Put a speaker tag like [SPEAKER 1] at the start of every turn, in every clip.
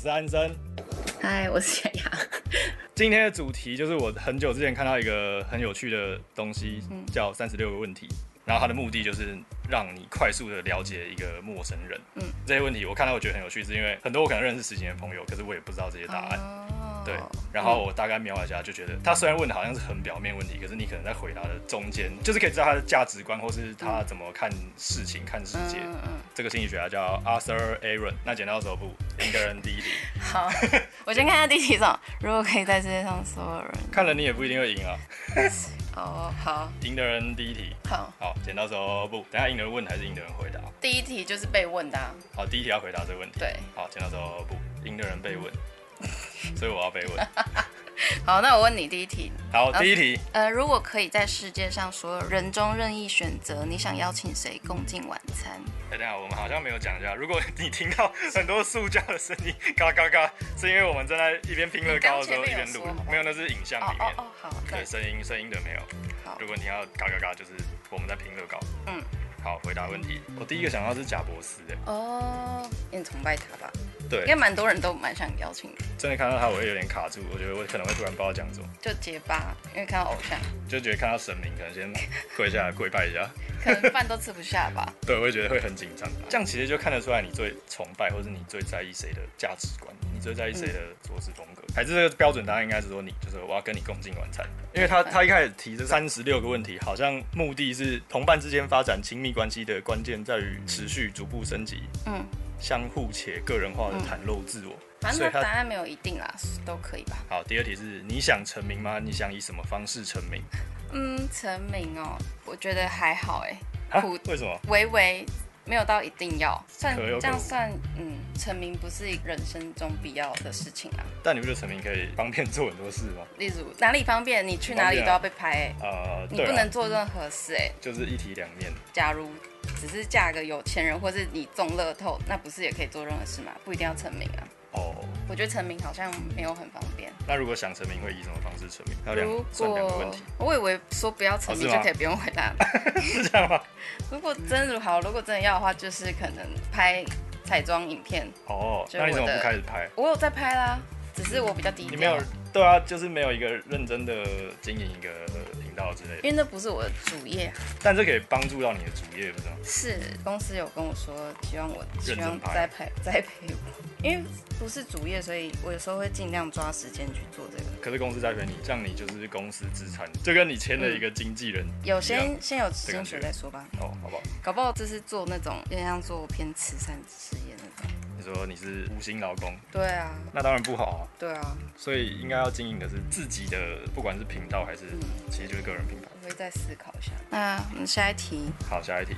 [SPEAKER 1] 是安生。
[SPEAKER 2] 嗨，我是雅雅。
[SPEAKER 1] 今天的主题就是我很久之前看到一个很有趣的东西，
[SPEAKER 2] 嗯
[SPEAKER 1] 叫三十六个问题。然后它的目的就是让你快速的了解一个陌生人。嗯，这些问题我看到我觉得很有趣，是因为很多我可能认识十几年的朋友，可是我也不知道这些答案。
[SPEAKER 2] 哦
[SPEAKER 1] 对，然后我大概瞄了一下，就觉得他虽然问的好像是很表面问题，可是你可能在回答的中间，就是可以知道他的价值观或是他怎么看事情、看世界。
[SPEAKER 2] 嗯嗯
[SPEAKER 1] 这个心理学家叫 Arthur Aaron。那剪刀手不，一个人第一题，
[SPEAKER 2] 嗯， 好，我先看一下第几种。如果可以在世界上所有人，
[SPEAKER 1] 看了你也不一定会赢啊。
[SPEAKER 2] 哦，好，
[SPEAKER 1] 赢的人第一题。
[SPEAKER 2] 好，
[SPEAKER 1] 好，剪刀手不，等一下赢的人问还是赢的人回答？
[SPEAKER 2] 第一题就是被问的啊、
[SPEAKER 1] 好，第一题要回答这个问题。
[SPEAKER 2] 对，
[SPEAKER 1] 好，剪刀手不，赢的人被 问，所以我要被问。
[SPEAKER 2] 好，那我问你第一题，
[SPEAKER 1] 好，第一题，
[SPEAKER 2] 呃，如果可以在世界上所有人中任意选择，你想邀请谁共进晚餐？
[SPEAKER 1] 哎、等一下我们好像没有讲一下，如果你听到很多塑胶的声音，嘎嘎嘎，是因为我们正在一边拼乐高的时候一
[SPEAKER 2] 你刚前面有
[SPEAKER 1] 边
[SPEAKER 2] 说
[SPEAKER 1] 录
[SPEAKER 2] 好不，好
[SPEAKER 1] 没有，那是影像
[SPEAKER 2] 哦
[SPEAKER 1] 里
[SPEAKER 2] 哦
[SPEAKER 1] 面，
[SPEAKER 2] 哦，好，
[SPEAKER 1] 对，声音声音的没有。
[SPEAKER 2] 好
[SPEAKER 1] 如，果你要嘎嘎嘎，就是我们在拼乐高。
[SPEAKER 2] 嗯，
[SPEAKER 1] 好，回答问题，我第一个想到是贾博士，哎，
[SPEAKER 2] 哦，你崇拜他吧？应该
[SPEAKER 1] 对，
[SPEAKER 2] 蛮多人都蛮想邀请的，
[SPEAKER 1] 真的看到他我会有点卡住，我觉得我可能会突然不知道讲什么，
[SPEAKER 2] 就结巴，因为看到偶像，
[SPEAKER 1] 就觉得看到神明可能先跪下来跪拜一下。
[SPEAKER 2] 可能饭都吃不下 吧。
[SPEAKER 1] 对，我会觉得会很紧张。这样其实就看得出来你最崇拜，或是你最在意谁的价值观，你最在意谁的做事风格。还是这个标准答案应该是说你就是我要跟你共进晚餐，因为他他一开始提这三十六个问题，好像目的是同伴之间发展亲密关系的关键在于持续逐步升级，
[SPEAKER 2] 嗯，
[SPEAKER 1] 相互且个人化的袒露自我。
[SPEAKER 2] 反
[SPEAKER 1] 所以
[SPEAKER 2] 正
[SPEAKER 1] 他
[SPEAKER 2] 答案没有一定啦，都可以吧。
[SPEAKER 1] 好，第二题是你想成名吗？你想以什么方式成名？
[SPEAKER 2] 嗯，成名哦，我觉得还好哎、
[SPEAKER 1] 啊
[SPEAKER 2] 普？
[SPEAKER 1] 为什么？
[SPEAKER 2] 微微没有到一定要，算
[SPEAKER 1] 可有可无
[SPEAKER 2] 这样算，嗯，成名不是人生中必要的事情啊。
[SPEAKER 1] 但你不觉得成名可以方便做很多事吗？
[SPEAKER 2] 例如哪里方便，你去哪里都要被拍、欸，
[SPEAKER 1] 呃，
[SPEAKER 2] 你
[SPEAKER 1] 对
[SPEAKER 2] 不
[SPEAKER 1] 啊
[SPEAKER 2] 能做任何事哎、
[SPEAKER 1] 就是一体两面。
[SPEAKER 2] 假如只是嫁个有钱人，或是你中乐透，那不是也可以做任何事吗？不一定要成名啊。
[SPEAKER 1] 哦，
[SPEAKER 2] 我觉得成名好像没有很方便。
[SPEAKER 1] 那如果想成名，会以什么方式成名？还有两
[SPEAKER 2] 如
[SPEAKER 1] 啊算两个问
[SPEAKER 2] 果
[SPEAKER 1] 题，
[SPEAKER 2] 我以为说不要成名
[SPEAKER 1] 哦是
[SPEAKER 2] 就
[SPEAKER 1] 吗
[SPEAKER 2] 可以不用回答，
[SPEAKER 1] 是这样吗？
[SPEAKER 2] 如果真的好，如果真的要的话，就是可能拍彩妆影片，
[SPEAKER 1] 哦，
[SPEAKER 2] 就是
[SPEAKER 1] 那你怎么
[SPEAKER 2] 我的
[SPEAKER 1] 不开始拍？
[SPEAKER 2] 我有在拍啦，只是我比较低调，
[SPEAKER 1] 你没有对啊，就是没有一个认真的经营一个频道之类的，
[SPEAKER 2] 因为那不是我的主业。啊
[SPEAKER 1] 但这可以帮助到你的主业，不是吗？
[SPEAKER 2] 是公司有跟我说，希望我希
[SPEAKER 1] 真
[SPEAKER 2] 望
[SPEAKER 1] 拍
[SPEAKER 2] 栽 培栽培我，因为不是主业，所以我有时候会尽量抓时间去做这个。
[SPEAKER 1] 可是公司栽培你，这样你就是公司资产，就跟你签了一个经纪人
[SPEAKER 2] 有
[SPEAKER 1] 一样
[SPEAKER 2] 先先有薪水再说吧，
[SPEAKER 1] 哦，好不好？
[SPEAKER 2] 搞不好这是做那种有点像做偏慈善事业那种。
[SPEAKER 1] 你说你是无薪劳工，
[SPEAKER 2] 对啊，
[SPEAKER 1] 那当然不好啊。
[SPEAKER 2] 对啊，
[SPEAKER 1] 所以应该要经营的是自己的，不管是频道还是
[SPEAKER 2] 嗯，
[SPEAKER 1] 其实就是个人品牌。
[SPEAKER 2] 我会再思考一下。那我们下一题，
[SPEAKER 1] 好，下一题，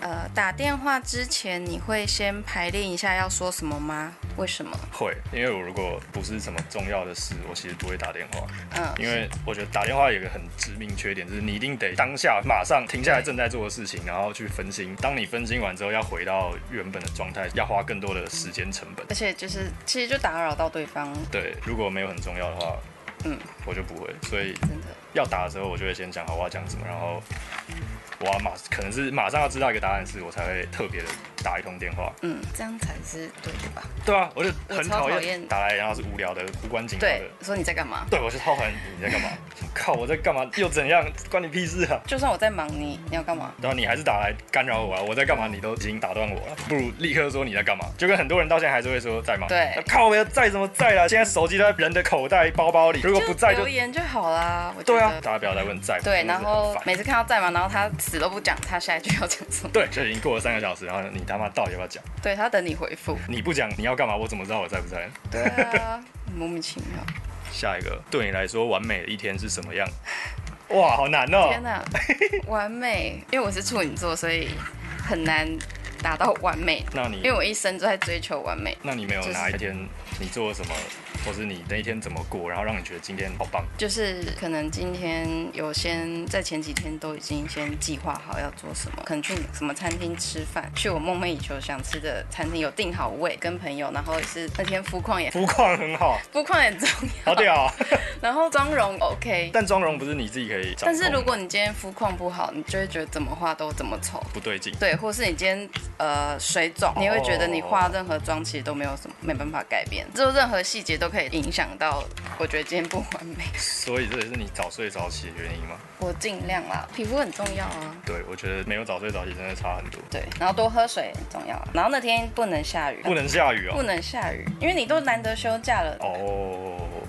[SPEAKER 2] 呃，打电话之前你会先排练一下要说什么吗？为什么？
[SPEAKER 1] 会，因为我如果不是什么重要的事，我其实不会打电话。
[SPEAKER 2] 嗯，
[SPEAKER 1] 因为我觉得打电话有一个很致命缺点，就是你一定得当下马上停下来正在做的事情，然后去分心。当你分心完之后，要回到原本的状态，要花更多的时间成本。
[SPEAKER 2] 而且就是其实就打扰到对方，
[SPEAKER 1] 对，如果没有很重要的话，
[SPEAKER 2] 嗯，
[SPEAKER 1] 我就不会。所以
[SPEAKER 2] 真的。
[SPEAKER 1] 要打的时候，我就会先想好我要讲什么，然后我要马可能是马上要知道一个答案是，我才会特别的打一通电话。
[SPEAKER 2] 嗯，这样才是对的吧？
[SPEAKER 1] 对啊，我就
[SPEAKER 2] 我
[SPEAKER 1] 很
[SPEAKER 2] 超
[SPEAKER 1] 讨
[SPEAKER 2] 讨
[SPEAKER 1] 厌
[SPEAKER 2] 厌
[SPEAKER 1] 打来然后是无聊的、无关紧要的
[SPEAKER 2] 对。，说你在干嘛？
[SPEAKER 1] 对，我就超烦你在干嘛？ 靠，我在干嘛？又怎样？关你屁事啊！
[SPEAKER 2] 就算我在忙你，你要干嘛？
[SPEAKER 1] 然后你还是打来干扰我啊！我在干嘛？你都已经打断我了，不如立刻说你在干嘛。就跟很多人到现在还是会说在吗？
[SPEAKER 2] 对
[SPEAKER 1] 啊靠呀，在什么在啦？现在手机都在人的口袋、包包里，如果不在就
[SPEAKER 2] 留言就好啦。我觉
[SPEAKER 1] 对啊，
[SPEAKER 2] 得
[SPEAKER 1] 大家不要再问在吗。
[SPEAKER 2] 对，
[SPEAKER 1] 真的是
[SPEAKER 2] 然后
[SPEAKER 1] 很烦
[SPEAKER 2] 每次看到在嘛，然后他死都不讲，他下一句要讲什么？
[SPEAKER 1] 对，就已经过了三个小时，然后你他妈到底要不要讲？
[SPEAKER 2] 对他等你回复。
[SPEAKER 1] 你不讲你要干嘛？我怎么知道我在不在？
[SPEAKER 2] 对啊，莫名其妙。
[SPEAKER 1] 下一个对你来说完美的一天是什么 样？哇，好难哦、
[SPEAKER 2] 天哪，完美！因为我是处女座，所以很难达到完美。
[SPEAKER 1] 那你
[SPEAKER 2] 因为我一生都在追求完美，
[SPEAKER 1] 那你没有
[SPEAKER 2] 就是
[SPEAKER 1] 哪一天你做了什么或是你那一天怎么过，然后让你觉得今天好棒。
[SPEAKER 2] 就是可能今天有先在前几天都已经先计划好要做什么，可能去什么餐厅吃饭，去我梦寐以求想吃的餐厅有订好位，跟朋友，然后也是那天肤况也
[SPEAKER 1] 肤况很好，
[SPEAKER 2] 肤况也重
[SPEAKER 1] 好
[SPEAKER 2] 要，
[SPEAKER 1] 屌、啊！
[SPEAKER 2] 然后妆容 OK。
[SPEAKER 1] 但妆容不是你自己可以掌控的，
[SPEAKER 2] 但是如果你今天肤况不好，你就会觉得怎么画都怎么丑，
[SPEAKER 1] 不对劲，
[SPEAKER 2] 对，或是你今天呃水肿，你会觉得你化任何妆其实都没有什么没办法改变，就任何细节都可以影响到，我觉得今天不完美。
[SPEAKER 1] 所以这也是你早睡早起的原因吗？
[SPEAKER 2] 我尽量啦，皮肤很重要啊。
[SPEAKER 1] 对，我觉得没有早睡早起真的差很多。
[SPEAKER 2] 对，然后多喝水很重要啊。然后那天不能下雨，
[SPEAKER 1] 不能下雨
[SPEAKER 2] 不
[SPEAKER 1] 哦。
[SPEAKER 2] 能下雨，因为你都难得休假了。
[SPEAKER 1] 哦，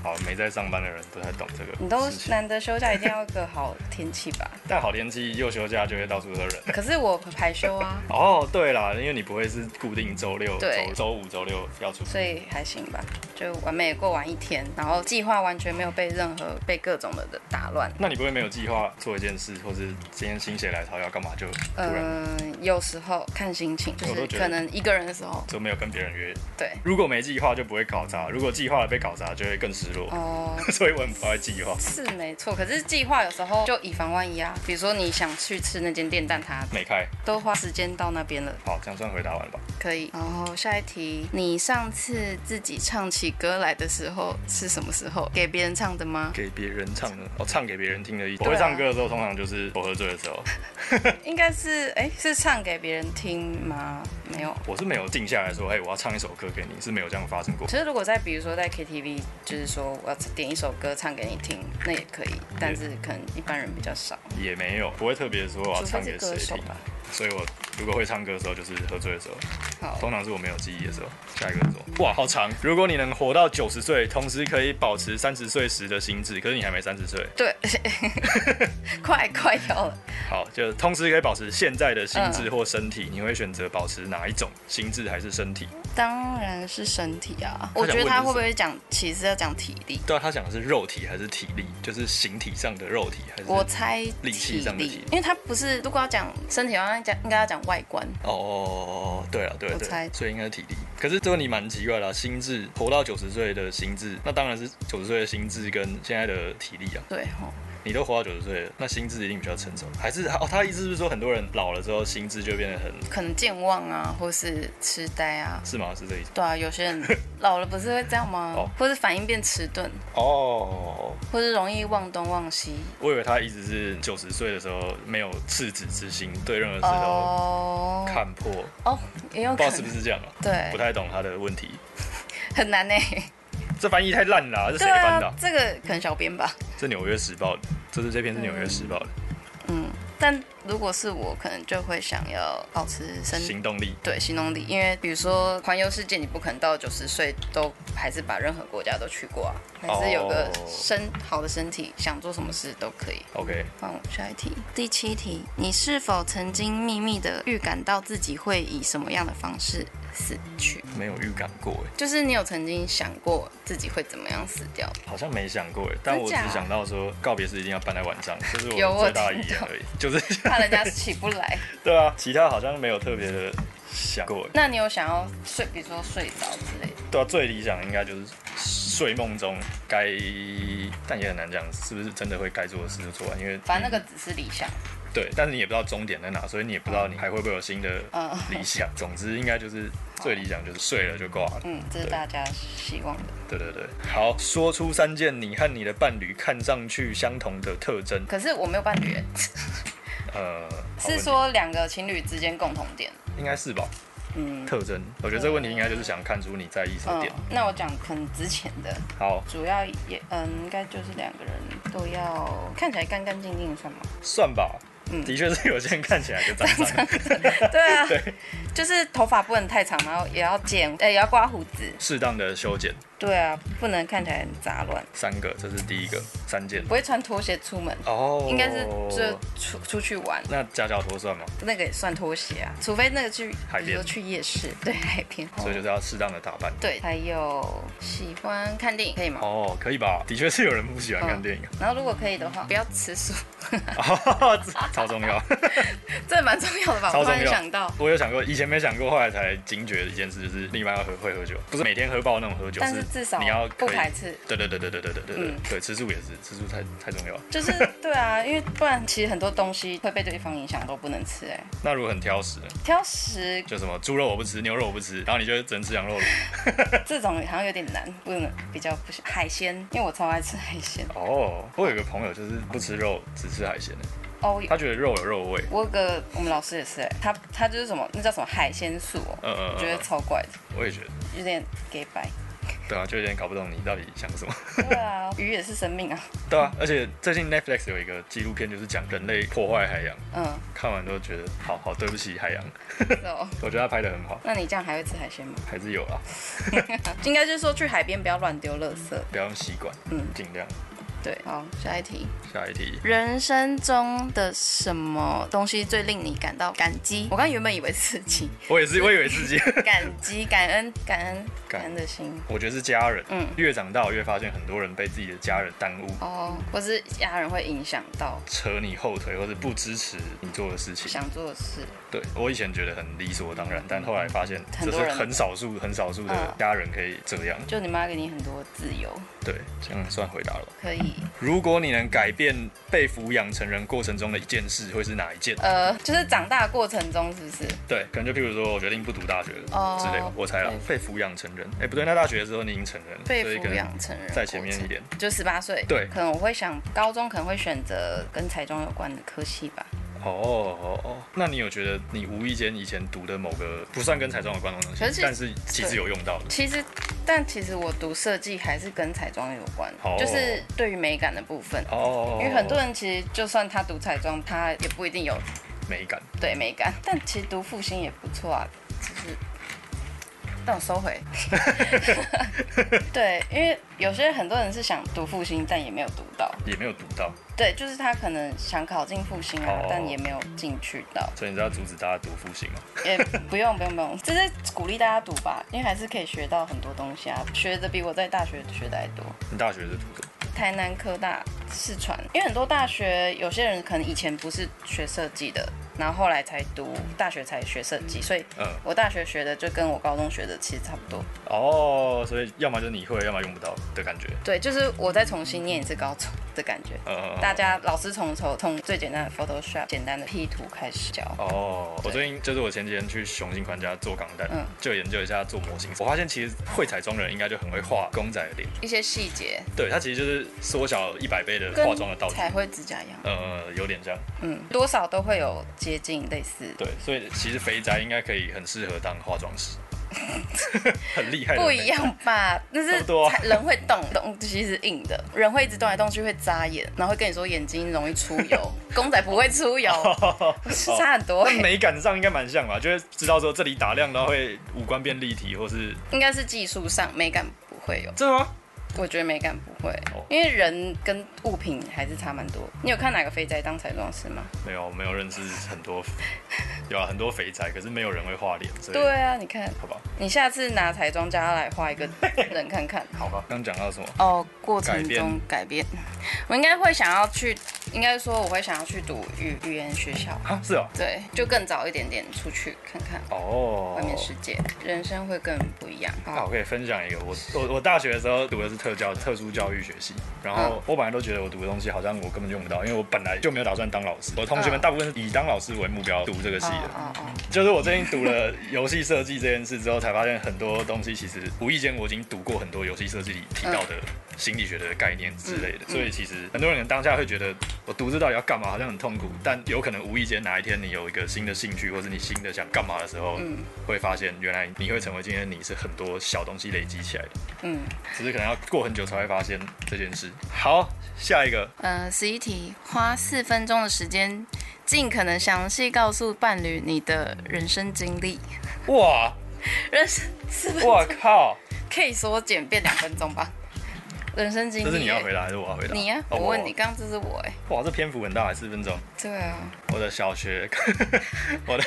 [SPEAKER 1] 好，没在上班的人不太懂这个
[SPEAKER 2] 你都
[SPEAKER 1] 事情。
[SPEAKER 2] 难得休假，一定要有个好天气 吧？
[SPEAKER 1] 但好天气又休假就会到处都有人。
[SPEAKER 2] 可是我排休啊，
[SPEAKER 1] 哦，对啦，因为你不会是固定周六、
[SPEAKER 2] 对
[SPEAKER 1] 周周五、周六要出。
[SPEAKER 2] 所以还行吧，就完美地过完一天，然后计划完全没有被任何被各种的打乱。
[SPEAKER 1] 那你不会没有计划做一件事，或是今天心血来潮要干嘛就突然
[SPEAKER 2] 嗯、有时候看心情，就
[SPEAKER 1] 我都
[SPEAKER 2] 是
[SPEAKER 1] 觉得
[SPEAKER 2] 可能一个人的时候，
[SPEAKER 1] 就没有跟别人约？
[SPEAKER 2] 对，
[SPEAKER 1] 如果没计划就不会搞砸，如果计划了被搞砸就会更失落。
[SPEAKER 2] 哦、
[SPEAKER 1] 所以我很不爱计划。
[SPEAKER 2] 是没错，可是计划有时候就以防万一啊。比如说你想去吃那间店，但它
[SPEAKER 1] 没开，
[SPEAKER 2] 都花时间到那边了，
[SPEAKER 1] 好，这样算回答完吧。
[SPEAKER 2] 可以。然后下一题，你上次自己唱起歌来的时候是什么时候？给别人唱的吗？
[SPEAKER 1] 给别人唱的，哦，唱给别人听的意思。
[SPEAKER 2] 对
[SPEAKER 1] 我
[SPEAKER 2] 啊
[SPEAKER 1] 会唱歌的时候，通常就是我喝醉的时候，
[SPEAKER 2] 应该是，哎，是唱给别人听吗？没有。
[SPEAKER 1] 我是没有静下来说，嘿，哎我要唱一首歌给你，是没有这样发生过。
[SPEAKER 2] 其实如果在比如说在 KTV，就是说我要点一首歌唱给你听，那也可以，但是可能一般人比较少，
[SPEAKER 1] 也没有，不会特别说我要
[SPEAKER 2] 除
[SPEAKER 1] 唱
[SPEAKER 2] 非
[SPEAKER 1] 给
[SPEAKER 2] 是歌
[SPEAKER 1] 谁
[SPEAKER 2] 手
[SPEAKER 1] 听。啊
[SPEAKER 2] 吧。
[SPEAKER 1] 所以我如果会唱歌的时候，就是喝醉的时候，
[SPEAKER 2] 好，
[SPEAKER 1] 通常是我没有记忆的时候。下一个是什么？哇，好长！如果你能活到九十岁，同时可以保持三十岁时的心智，可是你还没三十岁，
[SPEAKER 2] 对， 快快要了。
[SPEAKER 1] 好，就同时可以保持现在的心
[SPEAKER 2] 嗯
[SPEAKER 1] 智或身体，你会选择保持哪一种心智还是身体？
[SPEAKER 2] 当然是身体啊！
[SPEAKER 1] 他想
[SPEAKER 2] 我觉得他会
[SPEAKER 1] 问
[SPEAKER 2] 不
[SPEAKER 1] 的
[SPEAKER 2] 会讲，其实要讲体力？
[SPEAKER 1] 对啊，他讲的是肉体还是体力？就是形体上的肉体还是？
[SPEAKER 2] 我猜
[SPEAKER 1] 力气
[SPEAKER 2] 体
[SPEAKER 1] 上的体
[SPEAKER 2] 力，因为他不是如果要讲身体的话，那讲应该要讲外观。
[SPEAKER 1] 哦哦哦哦，对了对了
[SPEAKER 2] 我
[SPEAKER 1] 对
[SPEAKER 2] 猜
[SPEAKER 1] 了，所以应该是体力。可是这问题蛮奇怪的、啊，心智活到九十岁的心智，那当然是九十岁的心智跟现在的体力啊。
[SPEAKER 2] 对吼，
[SPEAKER 1] 你都活到九十岁了，那心智一定比较成熟。还是哦，他意思是说很多人老了之后心智就变得很
[SPEAKER 2] 可能健忘啊，或是痴呆啊。
[SPEAKER 1] 是吗？是这意思？
[SPEAKER 2] 对啊，有些人老了不是会这样吗
[SPEAKER 1] 哦？
[SPEAKER 2] 或是反应变迟钝，
[SPEAKER 1] 哦，
[SPEAKER 2] 或是容易忘东忘西。
[SPEAKER 1] 我以为他一直是九十岁的时候没有赤子之心，对任何事都
[SPEAKER 2] 哦
[SPEAKER 1] 看破，
[SPEAKER 2] 哦，也有
[SPEAKER 1] 不知
[SPEAKER 2] 可
[SPEAKER 1] 道是不
[SPEAKER 2] 能。
[SPEAKER 1] 是这样啊？
[SPEAKER 2] 对
[SPEAKER 1] 不，太懂他的问题。
[SPEAKER 2] 很难呢。欸
[SPEAKER 1] 这翻译太烂了啊、这谁
[SPEAKER 2] 对
[SPEAKER 1] 翻的啊、，
[SPEAKER 2] 啊这个可能小编吧。
[SPEAKER 1] 这《纽约时报》的，这是这篇是《纽约时报》的。
[SPEAKER 2] 嗯，但如果是我，可能就会想要保持身体。
[SPEAKER 1] 行动力
[SPEAKER 2] 对，行动力，因为比如说环游世界，你不可能到九十岁都还是把任何国家都去过啊，还是有个
[SPEAKER 1] 哦
[SPEAKER 2] 身好的身体，想做什么事都可以。
[SPEAKER 1] ，OK，
[SPEAKER 2] 换我下一题，第七题，你是否曾经秘密的预感到自己会以什么样的方式死去？
[SPEAKER 1] 没有预感过哎，
[SPEAKER 2] 就是你有曾经想过自己会怎么样死掉？
[SPEAKER 1] 好像没想过哎，但我只
[SPEAKER 2] 真假
[SPEAKER 1] 想到说告别式一定要办在晚上，这是
[SPEAKER 2] 有
[SPEAKER 1] 我
[SPEAKER 2] 我
[SPEAKER 1] 最大的
[SPEAKER 2] 听
[SPEAKER 1] 遗憾
[SPEAKER 2] 到
[SPEAKER 1] 而已，就是
[SPEAKER 2] 怕人家起不来。
[SPEAKER 1] 对啊，其他好像没有特别的想过。
[SPEAKER 2] 那你有想要睡，比如说睡着之类的？
[SPEAKER 1] 对啊，最理想应该就是睡梦中该，但也很难讲是不是真的会该做的事就做完，因为嗯
[SPEAKER 2] 反正那个只是理想。
[SPEAKER 1] 对，但是你也不知道终点在哪，所以你也不知道你还会不会有新的
[SPEAKER 2] 嗯
[SPEAKER 1] 理想。总之，应该就是最理想就是睡了就挂了。
[SPEAKER 2] 嗯，这是
[SPEAKER 1] 对
[SPEAKER 2] 大家希望的。
[SPEAKER 1] 对对对，好，说出三件你和你的伴侣看上去相同的特征。
[SPEAKER 2] 可是我没有伴侣耶，
[SPEAKER 1] 呃，好问
[SPEAKER 2] 是
[SPEAKER 1] 题
[SPEAKER 2] 说两个情侣之间共同点。
[SPEAKER 1] 应该是吧？
[SPEAKER 2] 嗯，
[SPEAKER 1] 特征，我觉得这个问题应该就是想看出你在意什么
[SPEAKER 2] 嗯
[SPEAKER 1] 点。，
[SPEAKER 2] 那我讲可能之前的
[SPEAKER 1] 好，
[SPEAKER 2] 主要也嗯，应该就是两个人都要看起来干干净净，算 吗？
[SPEAKER 1] 算吧。
[SPEAKER 2] 嗯
[SPEAKER 1] 的确是有些人看起来就脏脏的，
[SPEAKER 2] 对啊，就是头发不能太长，然后也要剪，呃，也要刮胡子。
[SPEAKER 1] 适当的修剪。
[SPEAKER 2] 对啊，不能看起来很杂乱，
[SPEAKER 1] 三个，这是第一个，三件。
[SPEAKER 2] 不会穿拖鞋出门。
[SPEAKER 1] 哦，
[SPEAKER 2] 应该是就出出去玩，
[SPEAKER 1] 那夹脚拖算吗？
[SPEAKER 2] 那个也算拖鞋啊，除非那个去，
[SPEAKER 1] 海边
[SPEAKER 2] 比如说去夜市，对海边，
[SPEAKER 1] 所以就是要适当的打扮。
[SPEAKER 2] 对，还有喜欢看电影可以吗？嗯
[SPEAKER 1] 哦，可以吧？的确是有人不喜欢看电影，
[SPEAKER 2] 然后如果可以的话，不要吃素，
[SPEAKER 1] 超重要。
[SPEAKER 2] 这蛮重要的吧？
[SPEAKER 1] 超
[SPEAKER 2] 我突
[SPEAKER 1] 重要
[SPEAKER 2] 然想到，
[SPEAKER 1] 我有想过，以前没想过，后来才惊觉的一件事，就是另一半要喝会喝酒，不是每天喝爆那种喝酒，
[SPEAKER 2] 但是至少
[SPEAKER 1] 你要
[SPEAKER 2] 不
[SPEAKER 1] 可以
[SPEAKER 2] 排斥。
[SPEAKER 1] 对对对对对对对对对
[SPEAKER 2] 嗯，
[SPEAKER 1] 对吃素也是，吃素太太重要了。
[SPEAKER 2] 就是对啊，因为不然其实很多东西会被对方影响，都不能吃、哎，
[SPEAKER 1] 那如果很挑食呢，
[SPEAKER 2] 挑食
[SPEAKER 1] 就什么猪肉我不吃，牛肉我不吃，然后你就只能吃羊肉了。
[SPEAKER 2] 这种好像有点难，不能比较不行。海鲜，因为我超爱吃海鲜。
[SPEAKER 1] 哦，我有一个朋友就是不吃肉，只吃海鲜的，
[SPEAKER 2] 哦，
[SPEAKER 1] 他觉得肉有肉味。
[SPEAKER 2] 我有个我们老师也是、哎，他他就是什么那叫什么海鲜素哦，
[SPEAKER 1] 嗯嗯
[SPEAKER 2] 我觉得
[SPEAKER 1] 嗯，
[SPEAKER 2] 超怪的，
[SPEAKER 1] 我也觉得，
[SPEAKER 2] 有点 gay 白。
[SPEAKER 1] 对啊，就有点搞不懂你到底想什么。
[SPEAKER 2] 对啊，鱼也是生命啊。
[SPEAKER 1] 对啊，而且最近 Netflix 有一个纪录片，就是讲人类破坏海洋，
[SPEAKER 2] 嗯，
[SPEAKER 1] 看完都觉得好好对不起海洋。
[SPEAKER 2] 是哦。
[SPEAKER 1] 我觉得他拍的很好，
[SPEAKER 2] 那你这样还会吃海鲜吗？
[SPEAKER 1] 还是有啊，
[SPEAKER 2] 应该就是说去海边不要乱丢垃圾。
[SPEAKER 1] 不要用吸管，
[SPEAKER 2] 嗯
[SPEAKER 1] 尽量。
[SPEAKER 2] 对，好，下一题。
[SPEAKER 1] 下一题，
[SPEAKER 2] 人生中的什么东西最令你感到感激？我刚原本以为是 情，
[SPEAKER 1] 我也是，我以为自己，
[SPEAKER 2] 感激、感恩、感恩、
[SPEAKER 1] 感
[SPEAKER 2] 感恩的心。
[SPEAKER 1] 我觉得是家人。
[SPEAKER 2] 嗯，
[SPEAKER 1] 越长大，我越发现很多人被自己的家人耽误，
[SPEAKER 2] 哦，或是家人会影响到
[SPEAKER 1] 扯你后腿，或者不支持你做的事情。
[SPEAKER 2] 想做的事。
[SPEAKER 1] 对我以前觉得很理所当然，但后来发现
[SPEAKER 2] 很
[SPEAKER 1] 这
[SPEAKER 2] 多
[SPEAKER 1] 是
[SPEAKER 2] 人
[SPEAKER 1] 很少数、很少数的
[SPEAKER 2] 嗯
[SPEAKER 1] 家人可以这样。
[SPEAKER 2] 就你妈给你很多自由，
[SPEAKER 1] 对，
[SPEAKER 2] 嗯
[SPEAKER 1] 这样算回答了吧。
[SPEAKER 2] 可以，
[SPEAKER 1] 如果你能改变被抚养成人过程中的一件事，会是哪一件？
[SPEAKER 2] 呃，就是长大过程中是不是？
[SPEAKER 1] 对，可能就譬如说，我决定不读大学了
[SPEAKER 2] 哦
[SPEAKER 1] 之类的，我猜了。被抚养成人，哎、不对，那大学的时候你已经成人了，
[SPEAKER 2] 被
[SPEAKER 1] 所以可
[SPEAKER 2] 抚
[SPEAKER 1] 能
[SPEAKER 2] 养成人
[SPEAKER 1] 在前面一点。
[SPEAKER 2] 就十八岁，
[SPEAKER 1] 对
[SPEAKER 2] 可能我会想高中可能会选择跟彩妆有关的科系吧。
[SPEAKER 1] 哦哦哦，那你有觉得你无意间以前读的某个不算跟彩妆有关的东西
[SPEAKER 2] 可是，
[SPEAKER 1] 但是其实有用到的？
[SPEAKER 2] 其实，但其实我读设计还是跟彩妆有关
[SPEAKER 1] 哦
[SPEAKER 2] 就是对于美感的部分。
[SPEAKER 1] 哦，
[SPEAKER 2] 因为很多人其实就算他读彩妆，他也不一定有
[SPEAKER 1] 美感，
[SPEAKER 2] 对美感，但其实读复兴也不错啊，只是。但我收回。 对，因为有些人很多人是想读复兴，但也没有读到。
[SPEAKER 1] 也没有读到，
[SPEAKER 2] 对，就是他可能想考进复兴啊
[SPEAKER 1] 哦
[SPEAKER 2] 但也没有进去到。
[SPEAKER 1] 所以你知道阻止大家读复兴吗？
[SPEAKER 2] 也不用不用不用，就是鼓励大家读吧，因为还是可以学到很多东西啊，学的比我在大学学的还多。
[SPEAKER 1] 你大学是读的，
[SPEAKER 2] 台南科大四川，因为很多大学有些人可能以前不是学设计的，然后后来才读大学才学设计，所以
[SPEAKER 1] 嗯，
[SPEAKER 2] 我大学学的就跟我高中学的其实差不多。
[SPEAKER 1] 哦，所以要么就是你会，要么用不到的感觉，
[SPEAKER 2] 对，就是我再重新念一次高中的感觉。
[SPEAKER 1] 呃，
[SPEAKER 2] 大家老师从头从最简单的 Photoshop 简单的 P 图开始教。
[SPEAKER 1] 哦，我
[SPEAKER 2] 对
[SPEAKER 1] 最近就是我前几天去雄性宽家做钢弹，
[SPEAKER 2] 嗯
[SPEAKER 1] 就研究一下做模型。我发现其实会彩妆的人应该就很会画公仔的脸，
[SPEAKER 2] 一些细节，
[SPEAKER 1] 对，它其实就是缩小一百倍的
[SPEAKER 2] 跟
[SPEAKER 1] 化妆的道具，
[SPEAKER 2] 彩绘指甲一样，
[SPEAKER 1] 呃，有点像。
[SPEAKER 2] 嗯，多少都会有接近类似，
[SPEAKER 1] 对，所以其实肥宅应该可以很适合当化妆师， 很厉害的。
[SPEAKER 2] 不一。样吧？但
[SPEAKER 1] 差
[SPEAKER 2] 是
[SPEAKER 1] 不多啊
[SPEAKER 2] 彩人会动，东西是硬的，人会一直动来动去，会眨眼，然后会跟你说眼睛容易出油，公仔不会 出油， 是差很多、欸
[SPEAKER 1] 但哦美感上应该蛮像吧，就会知道说这里打亮，然后会五官变立体，或是
[SPEAKER 2] 应该是技术上美感不会有，
[SPEAKER 1] 这吗？
[SPEAKER 2] 我觉得美感不会
[SPEAKER 1] 哦，
[SPEAKER 2] 因为人跟物品还是差蛮多。你有看哪个肥宅当彩妆师吗？
[SPEAKER 1] 没有，没有认识很多，有啊，很多肥宅，可是没有人会画脸，所以
[SPEAKER 2] 对啊，你看，
[SPEAKER 1] 好吧，
[SPEAKER 2] 你下次拿彩妆家来画一个人看看，好
[SPEAKER 1] 好吧。刚讲到什么？
[SPEAKER 2] 哦，过程中改变，我应该会想要去，应该说我会想要去读语语言学校，
[SPEAKER 1] 啊，是哦。
[SPEAKER 2] 对，就更早一点点出去看看
[SPEAKER 1] 哦，
[SPEAKER 2] 外面世界，人生会更不一样。
[SPEAKER 1] 那我
[SPEAKER 2] 好，
[SPEAKER 1] 可以分享一个，我我我大学的时候读的是特教特殊教育学系，然
[SPEAKER 2] 嗯
[SPEAKER 1] 后我本来都觉得我读的东西好像我根本用不到，因为我本来就没有打算当老师。我同学们
[SPEAKER 2] 嗯
[SPEAKER 1] 大部分是以当老师为目标读这个系
[SPEAKER 2] 哦
[SPEAKER 1] 的，
[SPEAKER 2] 哦哦，
[SPEAKER 1] 就是我最近读了游戏设计这件事之后，才发现很多东西其实无意间我已经读过很多游戏设计里提到的心理学的概念之类的，所以其实很多人当下会觉得我读这到底要干嘛，好像很痛苦，但有可能无意间哪一天你有一个新的兴趣，或是你新的想干嘛的时候，
[SPEAKER 2] 嗯
[SPEAKER 1] 会发现原来你会成为今天的你是很多小东西累积起来的，
[SPEAKER 2] 嗯
[SPEAKER 1] 只是可能要过很久才会发现这件事。好，下一个
[SPEAKER 2] 呃，十一题，花四分钟的时间，尽可能详细告诉伴侣你的人生经历。
[SPEAKER 1] 哇，
[SPEAKER 2] 人生四分
[SPEAKER 1] 我靠，
[SPEAKER 2] 可以说简便两分钟吧。人生经历，
[SPEAKER 1] 这是你要回答还是我要回答？
[SPEAKER 2] 你呀、
[SPEAKER 1] 哦
[SPEAKER 2] 我问你，，刚刚这是我哎、
[SPEAKER 1] 哇，这篇幅很大，四分钟。
[SPEAKER 2] 对啊，
[SPEAKER 1] 我的小学，我的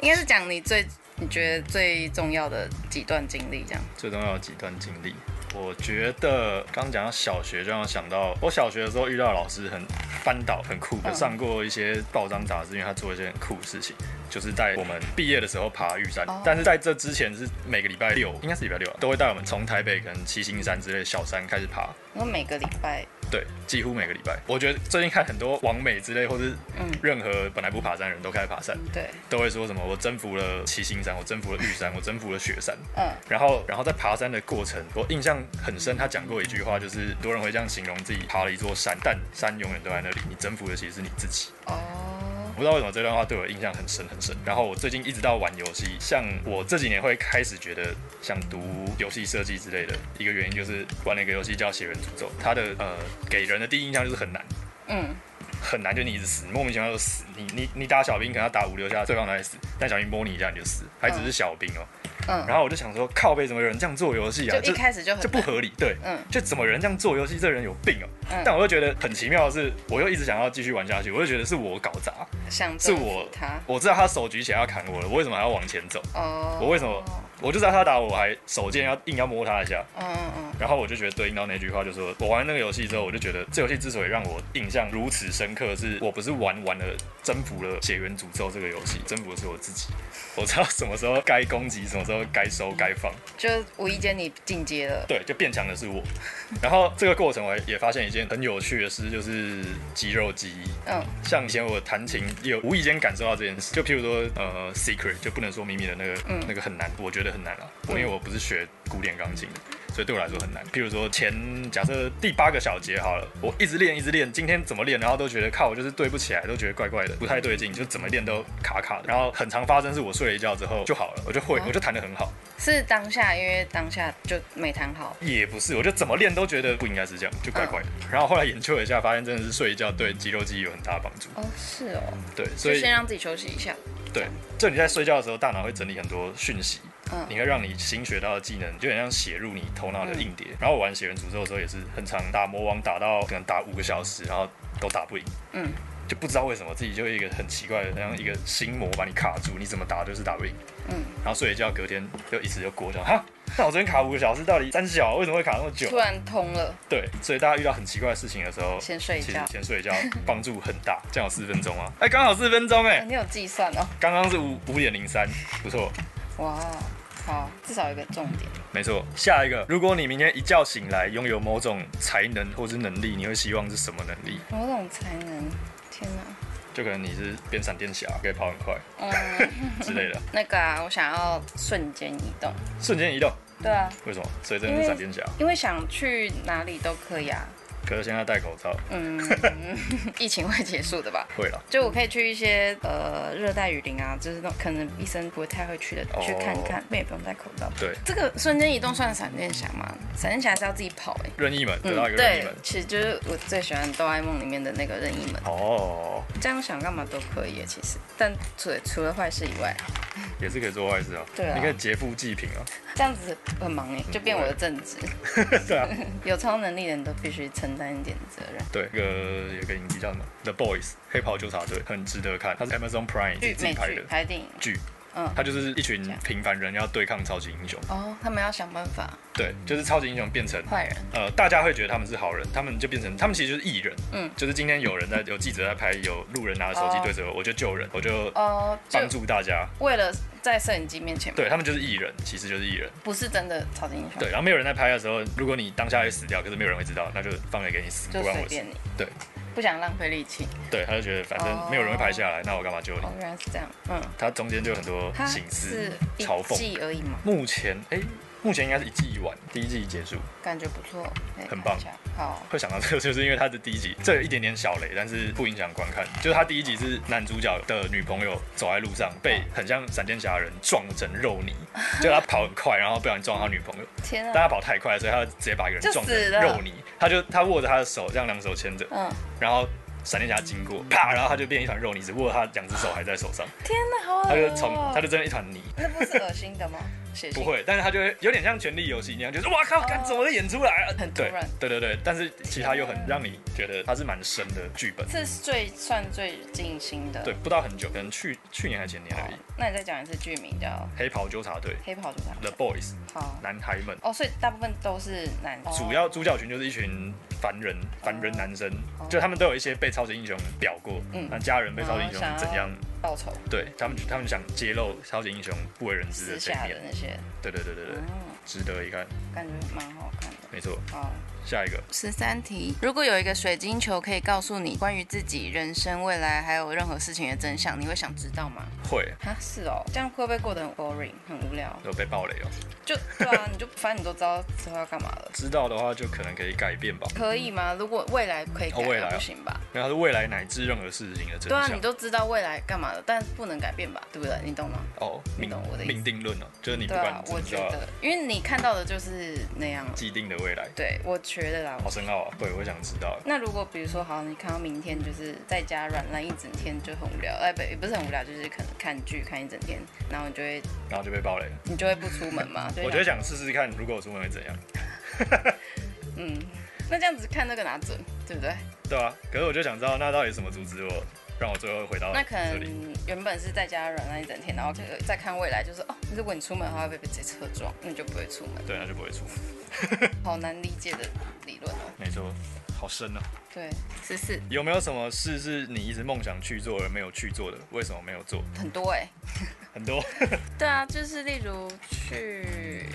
[SPEAKER 2] 应该是讲你最你觉得最重要的几段经历这样。
[SPEAKER 1] 最重要的几段经历，我觉得刚讲到小学，就让我想到我小学的时候遇到的老师很翻倒、很酷的，
[SPEAKER 2] 嗯
[SPEAKER 1] 上过一些报章杂志，因为他做一些很酷的事情，就是带我们毕业的时候爬玉山
[SPEAKER 2] 哦。
[SPEAKER 1] 但是在这之前是每个礼拜六，应该是礼拜六啊，都会带我们从台北可能七星山之类的小山开始爬。
[SPEAKER 2] 然后每个礼拜，
[SPEAKER 1] 对，几乎每个礼拜。我觉得最近看很多网美之类，或是
[SPEAKER 2] 嗯，
[SPEAKER 1] 任何本来不爬山的人都开始爬山，
[SPEAKER 2] 对，
[SPEAKER 1] 都会说什么我征服了七星山，我征服了玉山，我征服了雪山。
[SPEAKER 2] 嗯，
[SPEAKER 1] 然后，然后在爬山的过程，我印象很深。他讲过一句话，就是很多人会这样形容自己爬了一座山，但山永远都在那里，你征服的其实是你自己。
[SPEAKER 2] 哦
[SPEAKER 1] 我，不知道为什么这段话对我印象很深很深。然后我最近一直到玩游戏，像我这几年会开始觉得想读游戏设计之类的一个原因，就是玩了一个游戏叫《血人诅咒》，它的呃给人的第一印象就是很难。
[SPEAKER 2] 嗯，
[SPEAKER 1] 很难，就你一直死，莫名其妙就死。你你你打小兵可能要打五六下，对方才会死，但小兵摸你一下你就死，还只是小兵哦。
[SPEAKER 2] 嗯，
[SPEAKER 1] 然后我就想说，靠背怎么有人这样做游戏啊？
[SPEAKER 2] 就一开始就很
[SPEAKER 1] 这不合理，对，
[SPEAKER 2] 嗯
[SPEAKER 1] 就怎么有人这样做游戏，这人有病哦、
[SPEAKER 2] 嗯
[SPEAKER 1] 但我又觉得很奇妙的是，我又一直想要继续玩下去，我就觉得是我搞砸，
[SPEAKER 2] 想
[SPEAKER 1] 是
[SPEAKER 2] 征
[SPEAKER 1] 我
[SPEAKER 2] 服他，
[SPEAKER 1] 我知道他手举起来要砍我了，我为什么还要往前走？
[SPEAKER 2] 哦，
[SPEAKER 1] 我为什么我就知道他打我，我还手贱要硬要摸他一下，
[SPEAKER 2] 嗯嗯嗯，
[SPEAKER 1] 然后我就觉得对应到那句话，就说我玩那个游戏之后，我就觉得这游戏之所以让我印象如此深刻，是我不是玩完了征服了《血缘诅咒》这个游戏，征服的是我自己。我知道什么时候该攻击，什么时候该收该放，
[SPEAKER 2] 就无意间你进阶了，
[SPEAKER 1] 对，就变强的是我。然后这个过程我也发现一件很有趣的事，就是肌肉记忆。
[SPEAKER 2] 嗯，
[SPEAKER 1] 像以前我弹琴，也有无意间感受到这件事。就譬如说，呃，secret 就不能说秘密的那个、
[SPEAKER 2] 嗯
[SPEAKER 1] 那个很难，我觉得很难啊。我
[SPEAKER 2] 嗯
[SPEAKER 1] 因为我不是学古典钢琴的，所以对我来说很难。譬如说前假设第八个小节好了，我一直练一直练，今天怎么练，然后都觉得靠，我就是对不起来，都觉得怪怪的，不太对劲，就怎么练都卡卡的。然后很常发生是我睡了一觉之后就好了，我就会，
[SPEAKER 2] 哦
[SPEAKER 1] 我就弹得很好。
[SPEAKER 2] 是当下，因为当下就没谈好，
[SPEAKER 1] 也不是，我就怎么练都觉得不应该是这样，就怪怪的。
[SPEAKER 2] 嗯
[SPEAKER 1] 然后后来研究了一下，发现真的是睡一觉对肌肉记忆有很大的帮助。
[SPEAKER 2] 哦，是哦，
[SPEAKER 1] 对，嗯所
[SPEAKER 2] 就
[SPEAKER 1] 以
[SPEAKER 2] 先让自己休息一下，
[SPEAKER 1] 对，就你在睡觉的时候，大脑会整理很多讯息，
[SPEAKER 2] 嗯
[SPEAKER 1] 你会让你新学到的技能，就很像写入你头脑的硬碟。
[SPEAKER 2] 嗯
[SPEAKER 1] 然后我玩《血人诅咒》的时候，也是很常打魔王，打到可能打五个小时，然后都打不赢，
[SPEAKER 2] 嗯，
[SPEAKER 1] 就不知道为什么自己就有一个很奇怪的，像一个心魔把你卡住，你怎么打就是打不赢。
[SPEAKER 2] 嗯，
[SPEAKER 1] 然后睡一觉，隔天就一直就过，想哈，那我昨天卡五个小时，到底三小啊为什么会卡那么久
[SPEAKER 2] 突？然通了，
[SPEAKER 1] 对，所以大家遇到很奇怪的事情的时候，
[SPEAKER 2] 先睡一
[SPEAKER 1] 其实
[SPEAKER 2] 觉，
[SPEAKER 1] 先睡一觉 帮助很大。这样有四分钟啊，哎、刚好四分钟哎、
[SPEAKER 2] 哎你有计算哦，
[SPEAKER 1] 刚刚是五五点零三，不错。
[SPEAKER 2] 哇，好，至少有一个重点，
[SPEAKER 1] 没错，下一个，如果你明天一觉醒来拥有某种才能或是能力，你会希望是什么能力？
[SPEAKER 2] 某种才能，天哪，
[SPEAKER 1] 就可能你是变闪电侠，可以跑很快
[SPEAKER 2] 嗯。
[SPEAKER 1] 之类的，
[SPEAKER 2] 那个啊，我想要瞬间移动。
[SPEAKER 1] 瞬间移动。
[SPEAKER 2] 对啊，
[SPEAKER 1] 为什么？所以真的是闪电侠。
[SPEAKER 2] 因为想去哪里都可以啊。
[SPEAKER 1] 可是现在戴口罩，
[SPEAKER 2] 嗯， 疫情会结束的吧？
[SPEAKER 1] 会了。
[SPEAKER 2] 就我可以去一些呃热带雨林啊，就是那种可能医生不太会去的，
[SPEAKER 1] 哦
[SPEAKER 2] 去看看，那、也不用戴口罩。
[SPEAKER 1] 对，
[SPEAKER 2] 这个瞬间移动算闪电侠吗？闪电侠是要自己跑哎、欸。
[SPEAKER 1] 任意门得到一
[SPEAKER 2] 嗯，
[SPEAKER 1] 个任意
[SPEAKER 2] 对
[SPEAKER 1] 门。，
[SPEAKER 2] 其实就是我最喜欢《哆啦 A 梦》里面的那个任意门，
[SPEAKER 1] 哦，
[SPEAKER 2] 这样想干嘛都可以欸，其实。但除除了坏事以外，
[SPEAKER 1] 也是可以做坏事啊。
[SPEAKER 2] 对啊
[SPEAKER 1] 你可以劫富济贫啊。
[SPEAKER 2] 这样子很忙哎，就变我的正职。
[SPEAKER 1] 对啊，
[SPEAKER 2] 有超能力的人都必须承担一点责任。
[SPEAKER 1] 对，那个有个影集叫什么《The Boys》黑袍纠察队，很值得看。它是 Amazon Prime
[SPEAKER 2] 剧
[SPEAKER 1] 自己
[SPEAKER 2] 美
[SPEAKER 1] 拍
[SPEAKER 2] 剧
[SPEAKER 1] 的
[SPEAKER 2] 拍电影
[SPEAKER 1] 剧，
[SPEAKER 2] 嗯
[SPEAKER 1] 它就是一群平凡人要对抗超级英雄。
[SPEAKER 2] 哦，他们要想办法
[SPEAKER 1] 对，就是超级英雄变成
[SPEAKER 2] 坏人，
[SPEAKER 1] 呃，大家会觉得他们是好人，他们就变成他们其实就是艺人，
[SPEAKER 2] 嗯，
[SPEAKER 1] 就是今天有人在有记者在拍，有路人拿着手机对着我，我就救人，我就
[SPEAKER 2] 哦，就
[SPEAKER 1] 帮助大家，
[SPEAKER 2] 为了在摄影机面前嘛，
[SPEAKER 1] 对他们就是艺人，其实就是艺人，
[SPEAKER 2] 不是真的超级英雄，
[SPEAKER 1] 对，然后没有人在拍的时候，如果你当下会死掉，可是没有人会知道，那就放给给你死，不
[SPEAKER 2] 就
[SPEAKER 1] 关
[SPEAKER 2] 随
[SPEAKER 1] 我事
[SPEAKER 2] 便，你，
[SPEAKER 1] 对
[SPEAKER 2] 不想浪费力气。
[SPEAKER 1] 对，他就觉得反正没有人会拍下来，那我干嘛救你
[SPEAKER 2] 哦，？原来是这样，嗯，
[SPEAKER 1] 他中间就有很多
[SPEAKER 2] 它
[SPEAKER 1] 形
[SPEAKER 2] 是
[SPEAKER 1] 式
[SPEAKER 2] 一
[SPEAKER 1] 嘲讽，
[SPEAKER 2] 季而已嘛，
[SPEAKER 1] 目前哎。目前应该是一季一完，第一季结束，
[SPEAKER 2] 感觉不错，可
[SPEAKER 1] 很
[SPEAKER 2] 以看
[SPEAKER 1] 棒
[SPEAKER 2] 一下。好，
[SPEAKER 1] 会想到这个，就是因为它的第一集，这有一点点小雷，但是不影响观看。就是它第一集是男主角的女朋友走在路上，被很像闪电侠的人撞成肉 泥，就他跑很快，然后不小心撞到他女朋友，
[SPEAKER 2] 天
[SPEAKER 1] 但
[SPEAKER 2] 啊，
[SPEAKER 1] 他跑太快，所以他直接把一个人
[SPEAKER 2] 就
[SPEAKER 1] 撞成
[SPEAKER 2] 死了
[SPEAKER 1] 肉泥。他就他握着他的手，这样两手牵着，
[SPEAKER 2] 嗯，
[SPEAKER 1] 然后闪电侠经过，啪，然后他就变一团肉泥，只不过他两只手还在手上，
[SPEAKER 2] 天哪，好恶
[SPEAKER 1] 他就
[SPEAKER 2] 心
[SPEAKER 1] 从
[SPEAKER 2] 哦
[SPEAKER 1] 他就真的一团泥。
[SPEAKER 2] 那不是恶心的吗？写
[SPEAKER 1] 不
[SPEAKER 2] 信，
[SPEAKER 1] 会，但是他就会有点像《权力游戏》一样，就是哇靠，干怎么演出来了？
[SPEAKER 2] 哦很突
[SPEAKER 1] 对
[SPEAKER 2] 然
[SPEAKER 1] 对对对，但是其他又很让你觉得它是蛮深的剧本。
[SPEAKER 2] 这是最算最尽心的。
[SPEAKER 1] 对，，不到很久，可能去去年还前年而已。
[SPEAKER 2] 那你再讲一次剧名叫《
[SPEAKER 1] 黑袍纠察队
[SPEAKER 2] 黑袍纠察
[SPEAKER 1] The Boys
[SPEAKER 2] 好
[SPEAKER 1] 男孩们，
[SPEAKER 2] 哦，所以大部分都是男，哦
[SPEAKER 1] 主要主角群就是一群凡人，凡人男生，就他们都有一些被超级英雄表过，
[SPEAKER 2] 哦嗯
[SPEAKER 1] 那家人被超级英雄
[SPEAKER 2] 然后
[SPEAKER 1] 怎
[SPEAKER 2] 想要
[SPEAKER 1] 样？
[SPEAKER 2] 报仇
[SPEAKER 1] 对他们，他们想揭露超级英雄不为人知
[SPEAKER 2] 私
[SPEAKER 1] 的这一
[SPEAKER 2] 下的
[SPEAKER 1] 面。
[SPEAKER 2] 那些，
[SPEAKER 1] 对对对对对，
[SPEAKER 2] 嗯，
[SPEAKER 1] 值得一看，
[SPEAKER 2] 感觉蛮好看的。
[SPEAKER 1] 没错。
[SPEAKER 2] 好，
[SPEAKER 1] 下一个，
[SPEAKER 2] 十三题，如果有一个水晶球可以告诉你关于自己人生、未来还有任何事情的真相，你会想知道吗？
[SPEAKER 1] 会
[SPEAKER 2] 啊，是哦，这样会不会过得很 boring、很无 聊？
[SPEAKER 1] 有被暴雷哦。
[SPEAKER 2] 就对啊，你就反正你都知道之后要干嘛了，
[SPEAKER 1] 知道的话，就可能可以改变吧。
[SPEAKER 2] 可以吗？如果未来可以改，
[SPEAKER 1] 哦未来
[SPEAKER 2] 那
[SPEAKER 1] 哦
[SPEAKER 2] 不行吧？
[SPEAKER 1] 因为它是未来乃至任何事情的真
[SPEAKER 2] 对啊，
[SPEAKER 1] 相
[SPEAKER 2] 你。都知道未来干嘛了，但不能改变吧？对不对？你懂吗？
[SPEAKER 1] 哦，命
[SPEAKER 2] 你懂我的意思
[SPEAKER 1] 命定论哦，就是你不
[SPEAKER 2] 对
[SPEAKER 1] 管
[SPEAKER 2] 啊，
[SPEAKER 1] 知
[SPEAKER 2] 我
[SPEAKER 1] 不知
[SPEAKER 2] 觉
[SPEAKER 1] 道
[SPEAKER 2] 得，因为你看到的就是那样。啊
[SPEAKER 1] 既定的未来，
[SPEAKER 2] 对，我觉得啦。
[SPEAKER 1] 好深奥啊。对，我想知道。
[SPEAKER 2] 那如果比如说，好，你看到明天就是在家软烂一整天就很无聊，哎，不，也不是很无聊，就是可能看剧看一整天，然后你就会
[SPEAKER 1] 然后就被暴雷了。
[SPEAKER 2] 你就会不出门嘛。就会
[SPEAKER 1] 我觉得想试试看，如果我出门会怎样？
[SPEAKER 2] 嗯，那这样子看那个哪准，对不对？
[SPEAKER 1] 对啊，可是我就想知道，那到底什么阻止我，让我最后回到
[SPEAKER 2] 那可
[SPEAKER 1] 这里？
[SPEAKER 2] 能原本是在家软烂一整天，然后就再看未来，就是哦，如果你出门的话会被被车撞，那你就不会出门。
[SPEAKER 1] 对，那就不会出门。
[SPEAKER 2] 好难理解的理论哦。
[SPEAKER 1] 没错，好深哦。
[SPEAKER 2] 对，十四
[SPEAKER 1] 有没有什么事是你一直梦想去做而没有去做的？为什么没有做？
[SPEAKER 2] 很多哎、
[SPEAKER 1] 很多，
[SPEAKER 2] 对啊，就是例如去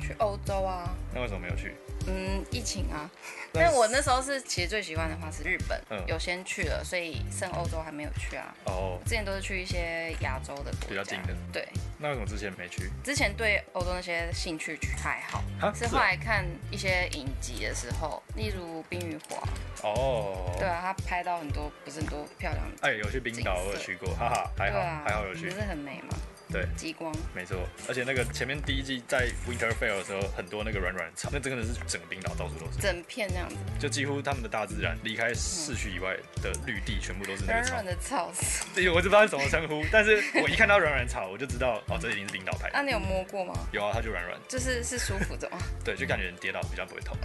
[SPEAKER 2] 去欧洲啊，
[SPEAKER 1] 那为什么没有去？
[SPEAKER 2] 嗯，疫情啊。
[SPEAKER 1] 但
[SPEAKER 2] 但
[SPEAKER 1] 是
[SPEAKER 2] 我那时候是其实最喜欢的话是日本，
[SPEAKER 1] 嗯
[SPEAKER 2] 有先去了，所以剩欧洲还没有去啊。
[SPEAKER 1] 哦，
[SPEAKER 2] 之前都是去一些亚洲的国家，
[SPEAKER 1] 比较近的。
[SPEAKER 2] 对，
[SPEAKER 1] 那为什么之前没去？
[SPEAKER 2] 之前对欧洲那些兴趣还好，
[SPEAKER 1] 啊
[SPEAKER 2] 是后来看一些影集的时候，例如《冰与火》啊，
[SPEAKER 1] 哦，
[SPEAKER 2] 对啊，他拍到很多不是很多漂亮的，
[SPEAKER 1] 哎、有去冰岛，
[SPEAKER 2] 景色
[SPEAKER 1] 我有去过，哈哈，还
[SPEAKER 2] 对
[SPEAKER 1] 好、
[SPEAKER 2] 啊，
[SPEAKER 1] 还好有去
[SPEAKER 2] 不，是很美吗？
[SPEAKER 1] 对，
[SPEAKER 2] 极光，
[SPEAKER 1] 没错。而且那个前面第一季在 Winterfell 的时候，很多那个软软的草，那真的是整个冰岛到处都是，
[SPEAKER 2] 整片这样子，
[SPEAKER 1] 就几乎他们的大自然离开市区以外的绿地，全部都是那个
[SPEAKER 2] 软
[SPEAKER 1] 草
[SPEAKER 2] 软。的草色。
[SPEAKER 1] 对，我就不知道怎么称呼，但是我一看到软软草，我就知道哦，这一定是冰岛拍
[SPEAKER 2] 啊，
[SPEAKER 1] 的。
[SPEAKER 2] 你有摸过吗？
[SPEAKER 1] 有啊，它就软软，
[SPEAKER 2] 就是是舒 服的吗？
[SPEAKER 1] 对，就感觉你跌倒比较不会 痛。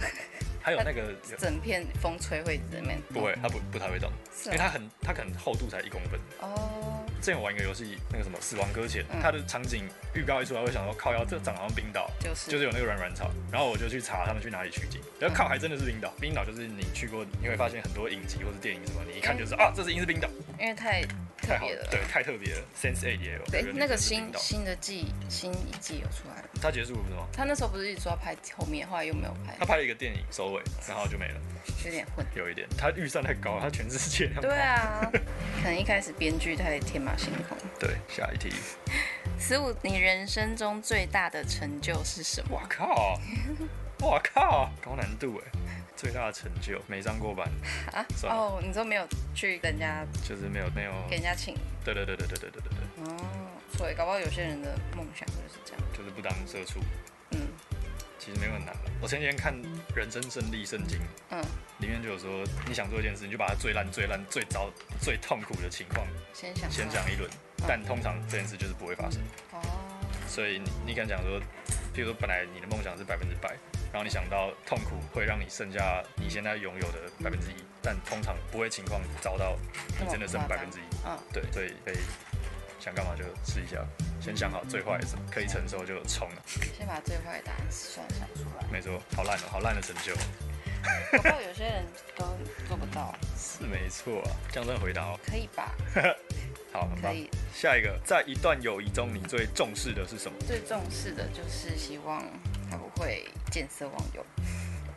[SPEAKER 1] 还有那个
[SPEAKER 2] 整片风吹会在那边，
[SPEAKER 1] 不会，它不不太会动，
[SPEAKER 2] 是
[SPEAKER 1] 因为
[SPEAKER 2] 哦
[SPEAKER 1] 它很它可能厚度才一公分。
[SPEAKER 2] 哦，
[SPEAKER 1] 之前我玩一个游戏，那个什么《死亡搁浅》
[SPEAKER 2] 嗯，
[SPEAKER 1] 它的场景预告一出来，我就想说靠腰，这长得好像冰岛，
[SPEAKER 2] 就是
[SPEAKER 1] 就是有那个软软草。然后我就去查他们去哪里取景，然后靠还真的是冰岛。冰岛就是你去过，你会发现很多影集或者电影什么，你一看就是啊，这是一定是冰岛，
[SPEAKER 2] 因为太
[SPEAKER 1] 太
[SPEAKER 2] 特
[SPEAKER 1] 好
[SPEAKER 2] 别
[SPEAKER 1] 了
[SPEAKER 2] 了，。
[SPEAKER 1] 对，太特别了。Sense Eight 也有，
[SPEAKER 2] 对，
[SPEAKER 1] 有
[SPEAKER 2] 那个
[SPEAKER 1] 女生是冰
[SPEAKER 2] 新
[SPEAKER 1] 岛，
[SPEAKER 2] 新的季新一季有出来了，
[SPEAKER 1] 它结束了是吗？
[SPEAKER 2] 他那时候不是一直说要拍后面，后来又没有拍
[SPEAKER 1] 他，拍了一个电影收尾，然后就没了，
[SPEAKER 2] 有点混。
[SPEAKER 1] 有一点，他预算太高，他全世界两
[SPEAKER 2] 对啊， 可能一开始编剧太天马行空。
[SPEAKER 1] 对，下一题，
[SPEAKER 2] 十五，你人生中最大的成就是什么？
[SPEAKER 1] 哇靠，哇靠，高难度哎，最大的成就没上过班，
[SPEAKER 2] 啊？
[SPEAKER 1] 算了
[SPEAKER 2] 哦，你说没有去跟人家
[SPEAKER 1] 就是没有没有，
[SPEAKER 2] 给人家请
[SPEAKER 1] 对对对对对对对对对，
[SPEAKER 2] 哦，所以搞不好有些人的梦想就是这样。
[SPEAKER 1] 就是不当社畜，
[SPEAKER 2] 嗯
[SPEAKER 1] 其实没有很难了。我前几天看《人生胜利圣经》，
[SPEAKER 2] 嗯，
[SPEAKER 1] 里面就有说，你想做一件事，你就把它最烂、最烂、最糟、最痛苦的情况
[SPEAKER 2] 先想
[SPEAKER 1] 先
[SPEAKER 2] 到
[SPEAKER 1] 想一轮，但通常这件事就是不会发生。
[SPEAKER 2] 哦，
[SPEAKER 1] 所以你你敢讲说，譬如说本来你的梦想是百分之百，然后你想到痛苦会让你剩下你现在拥有的百分之一，但通常不会情况遭到你真的剩百分之一。
[SPEAKER 2] 嗯，
[SPEAKER 1] 对，所以可以想干嘛就试一下，先想好最坏的是什么，可以承受就冲了。
[SPEAKER 2] 先把最坏的答案算想出来。
[SPEAKER 1] 没错，好烂哦，好烂的成就，
[SPEAKER 2] 搞不好有些人都做不到，
[SPEAKER 1] 是 没错啊。这样算回答哦，
[SPEAKER 2] 可以吧？
[SPEAKER 1] 好，很
[SPEAKER 2] 可
[SPEAKER 1] 棒。
[SPEAKER 2] 以。
[SPEAKER 1] 下一个，在一段友谊中，你最重视的是什么？
[SPEAKER 2] 最重视的就是希望他不会见色忘友，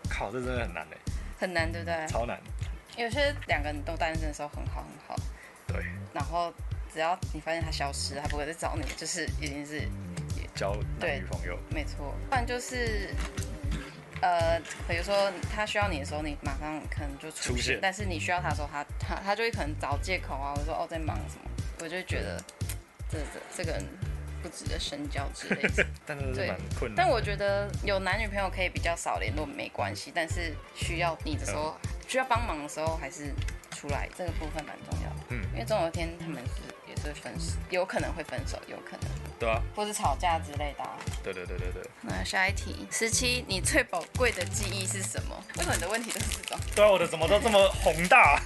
[SPEAKER 1] 靠，这真的很难嘞，
[SPEAKER 2] 很难，对不对？
[SPEAKER 1] 超难。
[SPEAKER 2] 有些两个人都单身的时候很好很好，
[SPEAKER 1] 对，
[SPEAKER 2] 然后只要你发现他消失，他不会再找你，就是一定是
[SPEAKER 1] 交男
[SPEAKER 2] 对
[SPEAKER 1] 女朋友，
[SPEAKER 2] 没错。不然就是，呃，比如说他需要你的时候，你马上可能就出
[SPEAKER 1] 出现
[SPEAKER 2] 但是你需要他的时候，他他他就会可能找借口啊，我说哦在忙什么，我就会觉得这这这个人不值得深交之类的。
[SPEAKER 1] 但真的是
[SPEAKER 2] 对
[SPEAKER 1] 蛮困难
[SPEAKER 2] 但
[SPEAKER 1] 的。
[SPEAKER 2] 我觉得有男女朋友可嗯以比较少联络没关系，但是需要你的时候，需要帮忙的时候还是出来，这个部分蛮重要的。
[SPEAKER 1] 嗯
[SPEAKER 2] 因为总有一天他们是也是分手，有可能会分手，有可能
[SPEAKER 1] 对啊，
[SPEAKER 2] 或是吵架之类的、啊。
[SPEAKER 1] 对对对对对，
[SPEAKER 2] 那下一题，十七，你最宝贵的记忆是什么？为什么你的问题都是这种？
[SPEAKER 1] 对啊，我的怎么都这么宏 大？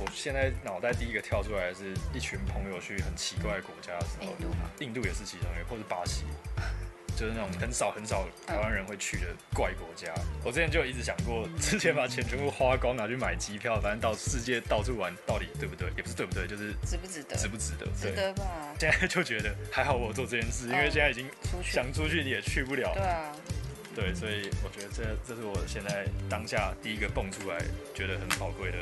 [SPEAKER 1] 我现在脑袋第一个跳出来的是一群朋友去很奇怪的国家的时候
[SPEAKER 2] 印，度吗？
[SPEAKER 1] 印度也是其中一个，或是巴西， 就是那种很少很少台湾人会去的怪国家。我之前就一直想过，之前把钱全部花光拿去买机票，反正到世界到处玩，到底对不对？也不是对不对，就是
[SPEAKER 2] 值不值得？
[SPEAKER 1] 值不值得？
[SPEAKER 2] 值
[SPEAKER 1] 对。
[SPEAKER 2] 得吧？
[SPEAKER 1] 现在就觉得还好，我有做这件事，因为
[SPEAKER 2] 嗯
[SPEAKER 1] 现在已经
[SPEAKER 2] 出去。
[SPEAKER 1] 想出去也去不了
[SPEAKER 2] 对。啊，
[SPEAKER 1] 对，所以我觉得这这是我现在当下第一个蹦出来觉得很宝贵的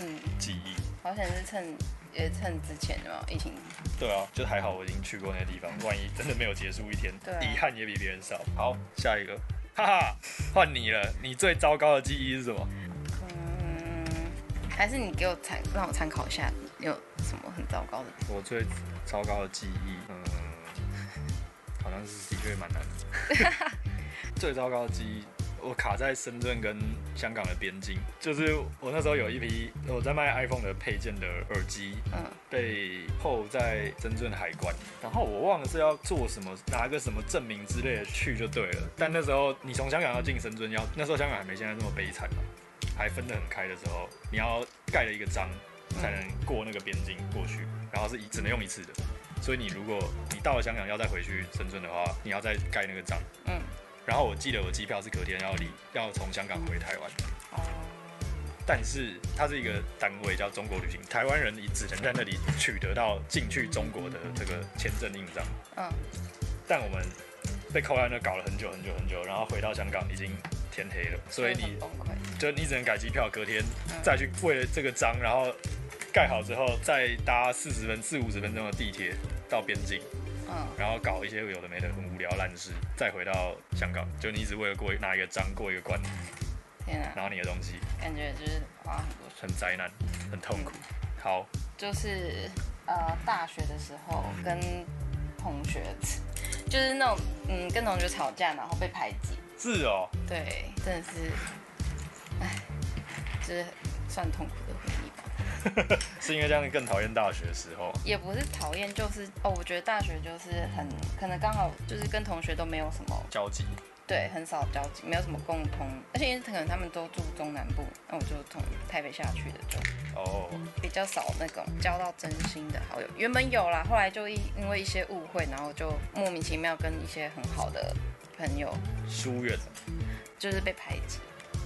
[SPEAKER 2] 嗯，
[SPEAKER 1] 记忆。
[SPEAKER 2] 好险是趁也趁之前的嘛，疫情
[SPEAKER 1] 对啊，就还好我已经去过那个地方，万一真的没有结束一天
[SPEAKER 2] 对啊，
[SPEAKER 1] 遗、憾也比别人少。好，下一个，哈哈，换你了，你最糟糕的记忆是什么？
[SPEAKER 2] 嗯，还是你给我参，让我参考一下，有什么很糟糕的？
[SPEAKER 1] 我最糟糕的记忆，嗯，好像是的确蛮难的。最糟糕的记忆，我卡在深圳跟香港的边境，就是我那时候有一批我在卖 iPhone 的配件的耳机，
[SPEAKER 2] 嗯，
[SPEAKER 1] 被扣在深圳海关，然后我忘了是要做什么，拿个什么证明之类的去就对了。但那时候你从香港要进深圳要，那时候香港还没现在这么悲惨嘛，还分得很开的时候，你要盖了一个章才能过那个边境过去，然后是一只能用一次的。所以你如果你到了香港要再回去深圳的话，你要再盖那个章。
[SPEAKER 2] 嗯，
[SPEAKER 1] 然后我记得我机票是隔天要离要从香港回台湾，
[SPEAKER 2] 哦，
[SPEAKER 1] 但是它是一个单位叫中国旅行，台湾人你只能在那里取得到进去中国的这个签证印章，
[SPEAKER 2] 嗯，
[SPEAKER 1] 但我们被扣在那搞了很久很久很久，然后回到香港已经天黑了，所以
[SPEAKER 2] 真的
[SPEAKER 1] 你
[SPEAKER 2] 很崩溃。
[SPEAKER 1] 就你只能改机票，隔天再去为了这个章，然后盖好之后再搭四十分四五十分钟的地铁到边境，
[SPEAKER 2] 嗯，
[SPEAKER 1] 然后搞一些有的没的很无聊烂事，再回到香港，就你只为了过拿一个章过一个关，
[SPEAKER 2] 天啊，
[SPEAKER 1] 然后你的东西
[SPEAKER 2] 感觉就是花很多时
[SPEAKER 1] 很灾难，很痛苦。好，
[SPEAKER 2] 就是呃，大学的时候跟同学，就是那种嗯，跟同学吵架，然后被排挤，
[SPEAKER 1] 是哦。
[SPEAKER 2] 对，真的是，唉，就是算痛苦的回忆吧。
[SPEAKER 1] 是因为这样更讨厌大学的时候，
[SPEAKER 2] 也不是讨厌，就是哦，我觉得大学就是很可能刚好就是跟同学都没有什么
[SPEAKER 1] 交集。
[SPEAKER 2] 对，很少交集，没有什么共同，而且因为可能他们都住中南部，那我就从台北下去的，就
[SPEAKER 1] 哦，
[SPEAKER 2] 比较少那种交到真心的好友。原本有啦，后来就因因为一些误会，然后就莫名其妙跟一些很好的朋友
[SPEAKER 1] 疏远。
[SPEAKER 2] 就是被排挤，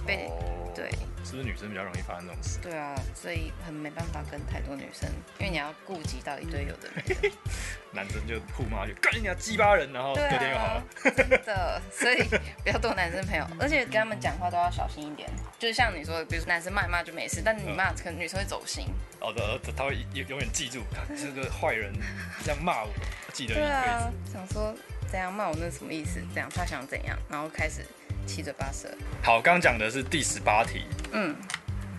[SPEAKER 2] 被、
[SPEAKER 1] 哦，
[SPEAKER 2] 哎对，
[SPEAKER 1] 是不是女生比较容易发生这种事？
[SPEAKER 2] 对啊，所以很没办法跟太多女生，因为你要顾及到一堆有的没的。
[SPEAKER 1] 男生就互骂就干你家鸡巴人，然后
[SPEAKER 2] 对
[SPEAKER 1] 隔
[SPEAKER 2] 啊，
[SPEAKER 1] 天又好了。
[SPEAKER 2] 真的，所以不要多男生朋友，而且跟他们讲话都要小心一点。就是像你说的，比如说男生骂一骂就没事，但你骂可能女生会走心。
[SPEAKER 1] 哦，的，的他会永永远记住，看这个坏人这样骂我，记得一
[SPEAKER 2] 对
[SPEAKER 1] 辈
[SPEAKER 2] 啊，想说怎样骂我那什么意思？怎样他想怎样，然后开始七嘴八舌。
[SPEAKER 1] 子。好，刚刚讲的是第十八题，
[SPEAKER 2] 嗯，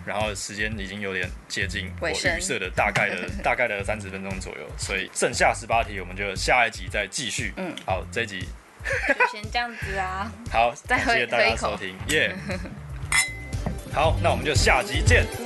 [SPEAKER 1] 然后时间已经有点接近我
[SPEAKER 2] 尾
[SPEAKER 1] 预
[SPEAKER 2] 声
[SPEAKER 1] 设的大概 的大概的三十分钟左右，所以剩下十八题我们就下一集再继续。
[SPEAKER 2] 嗯，
[SPEAKER 1] 好，这一集
[SPEAKER 2] 就先这样子啊。
[SPEAKER 1] 好，
[SPEAKER 2] 再
[SPEAKER 1] 感
[SPEAKER 2] 喝
[SPEAKER 1] 谢大家
[SPEAKER 2] 喝一口
[SPEAKER 1] 收听，耶、好，那我们就下集见，拜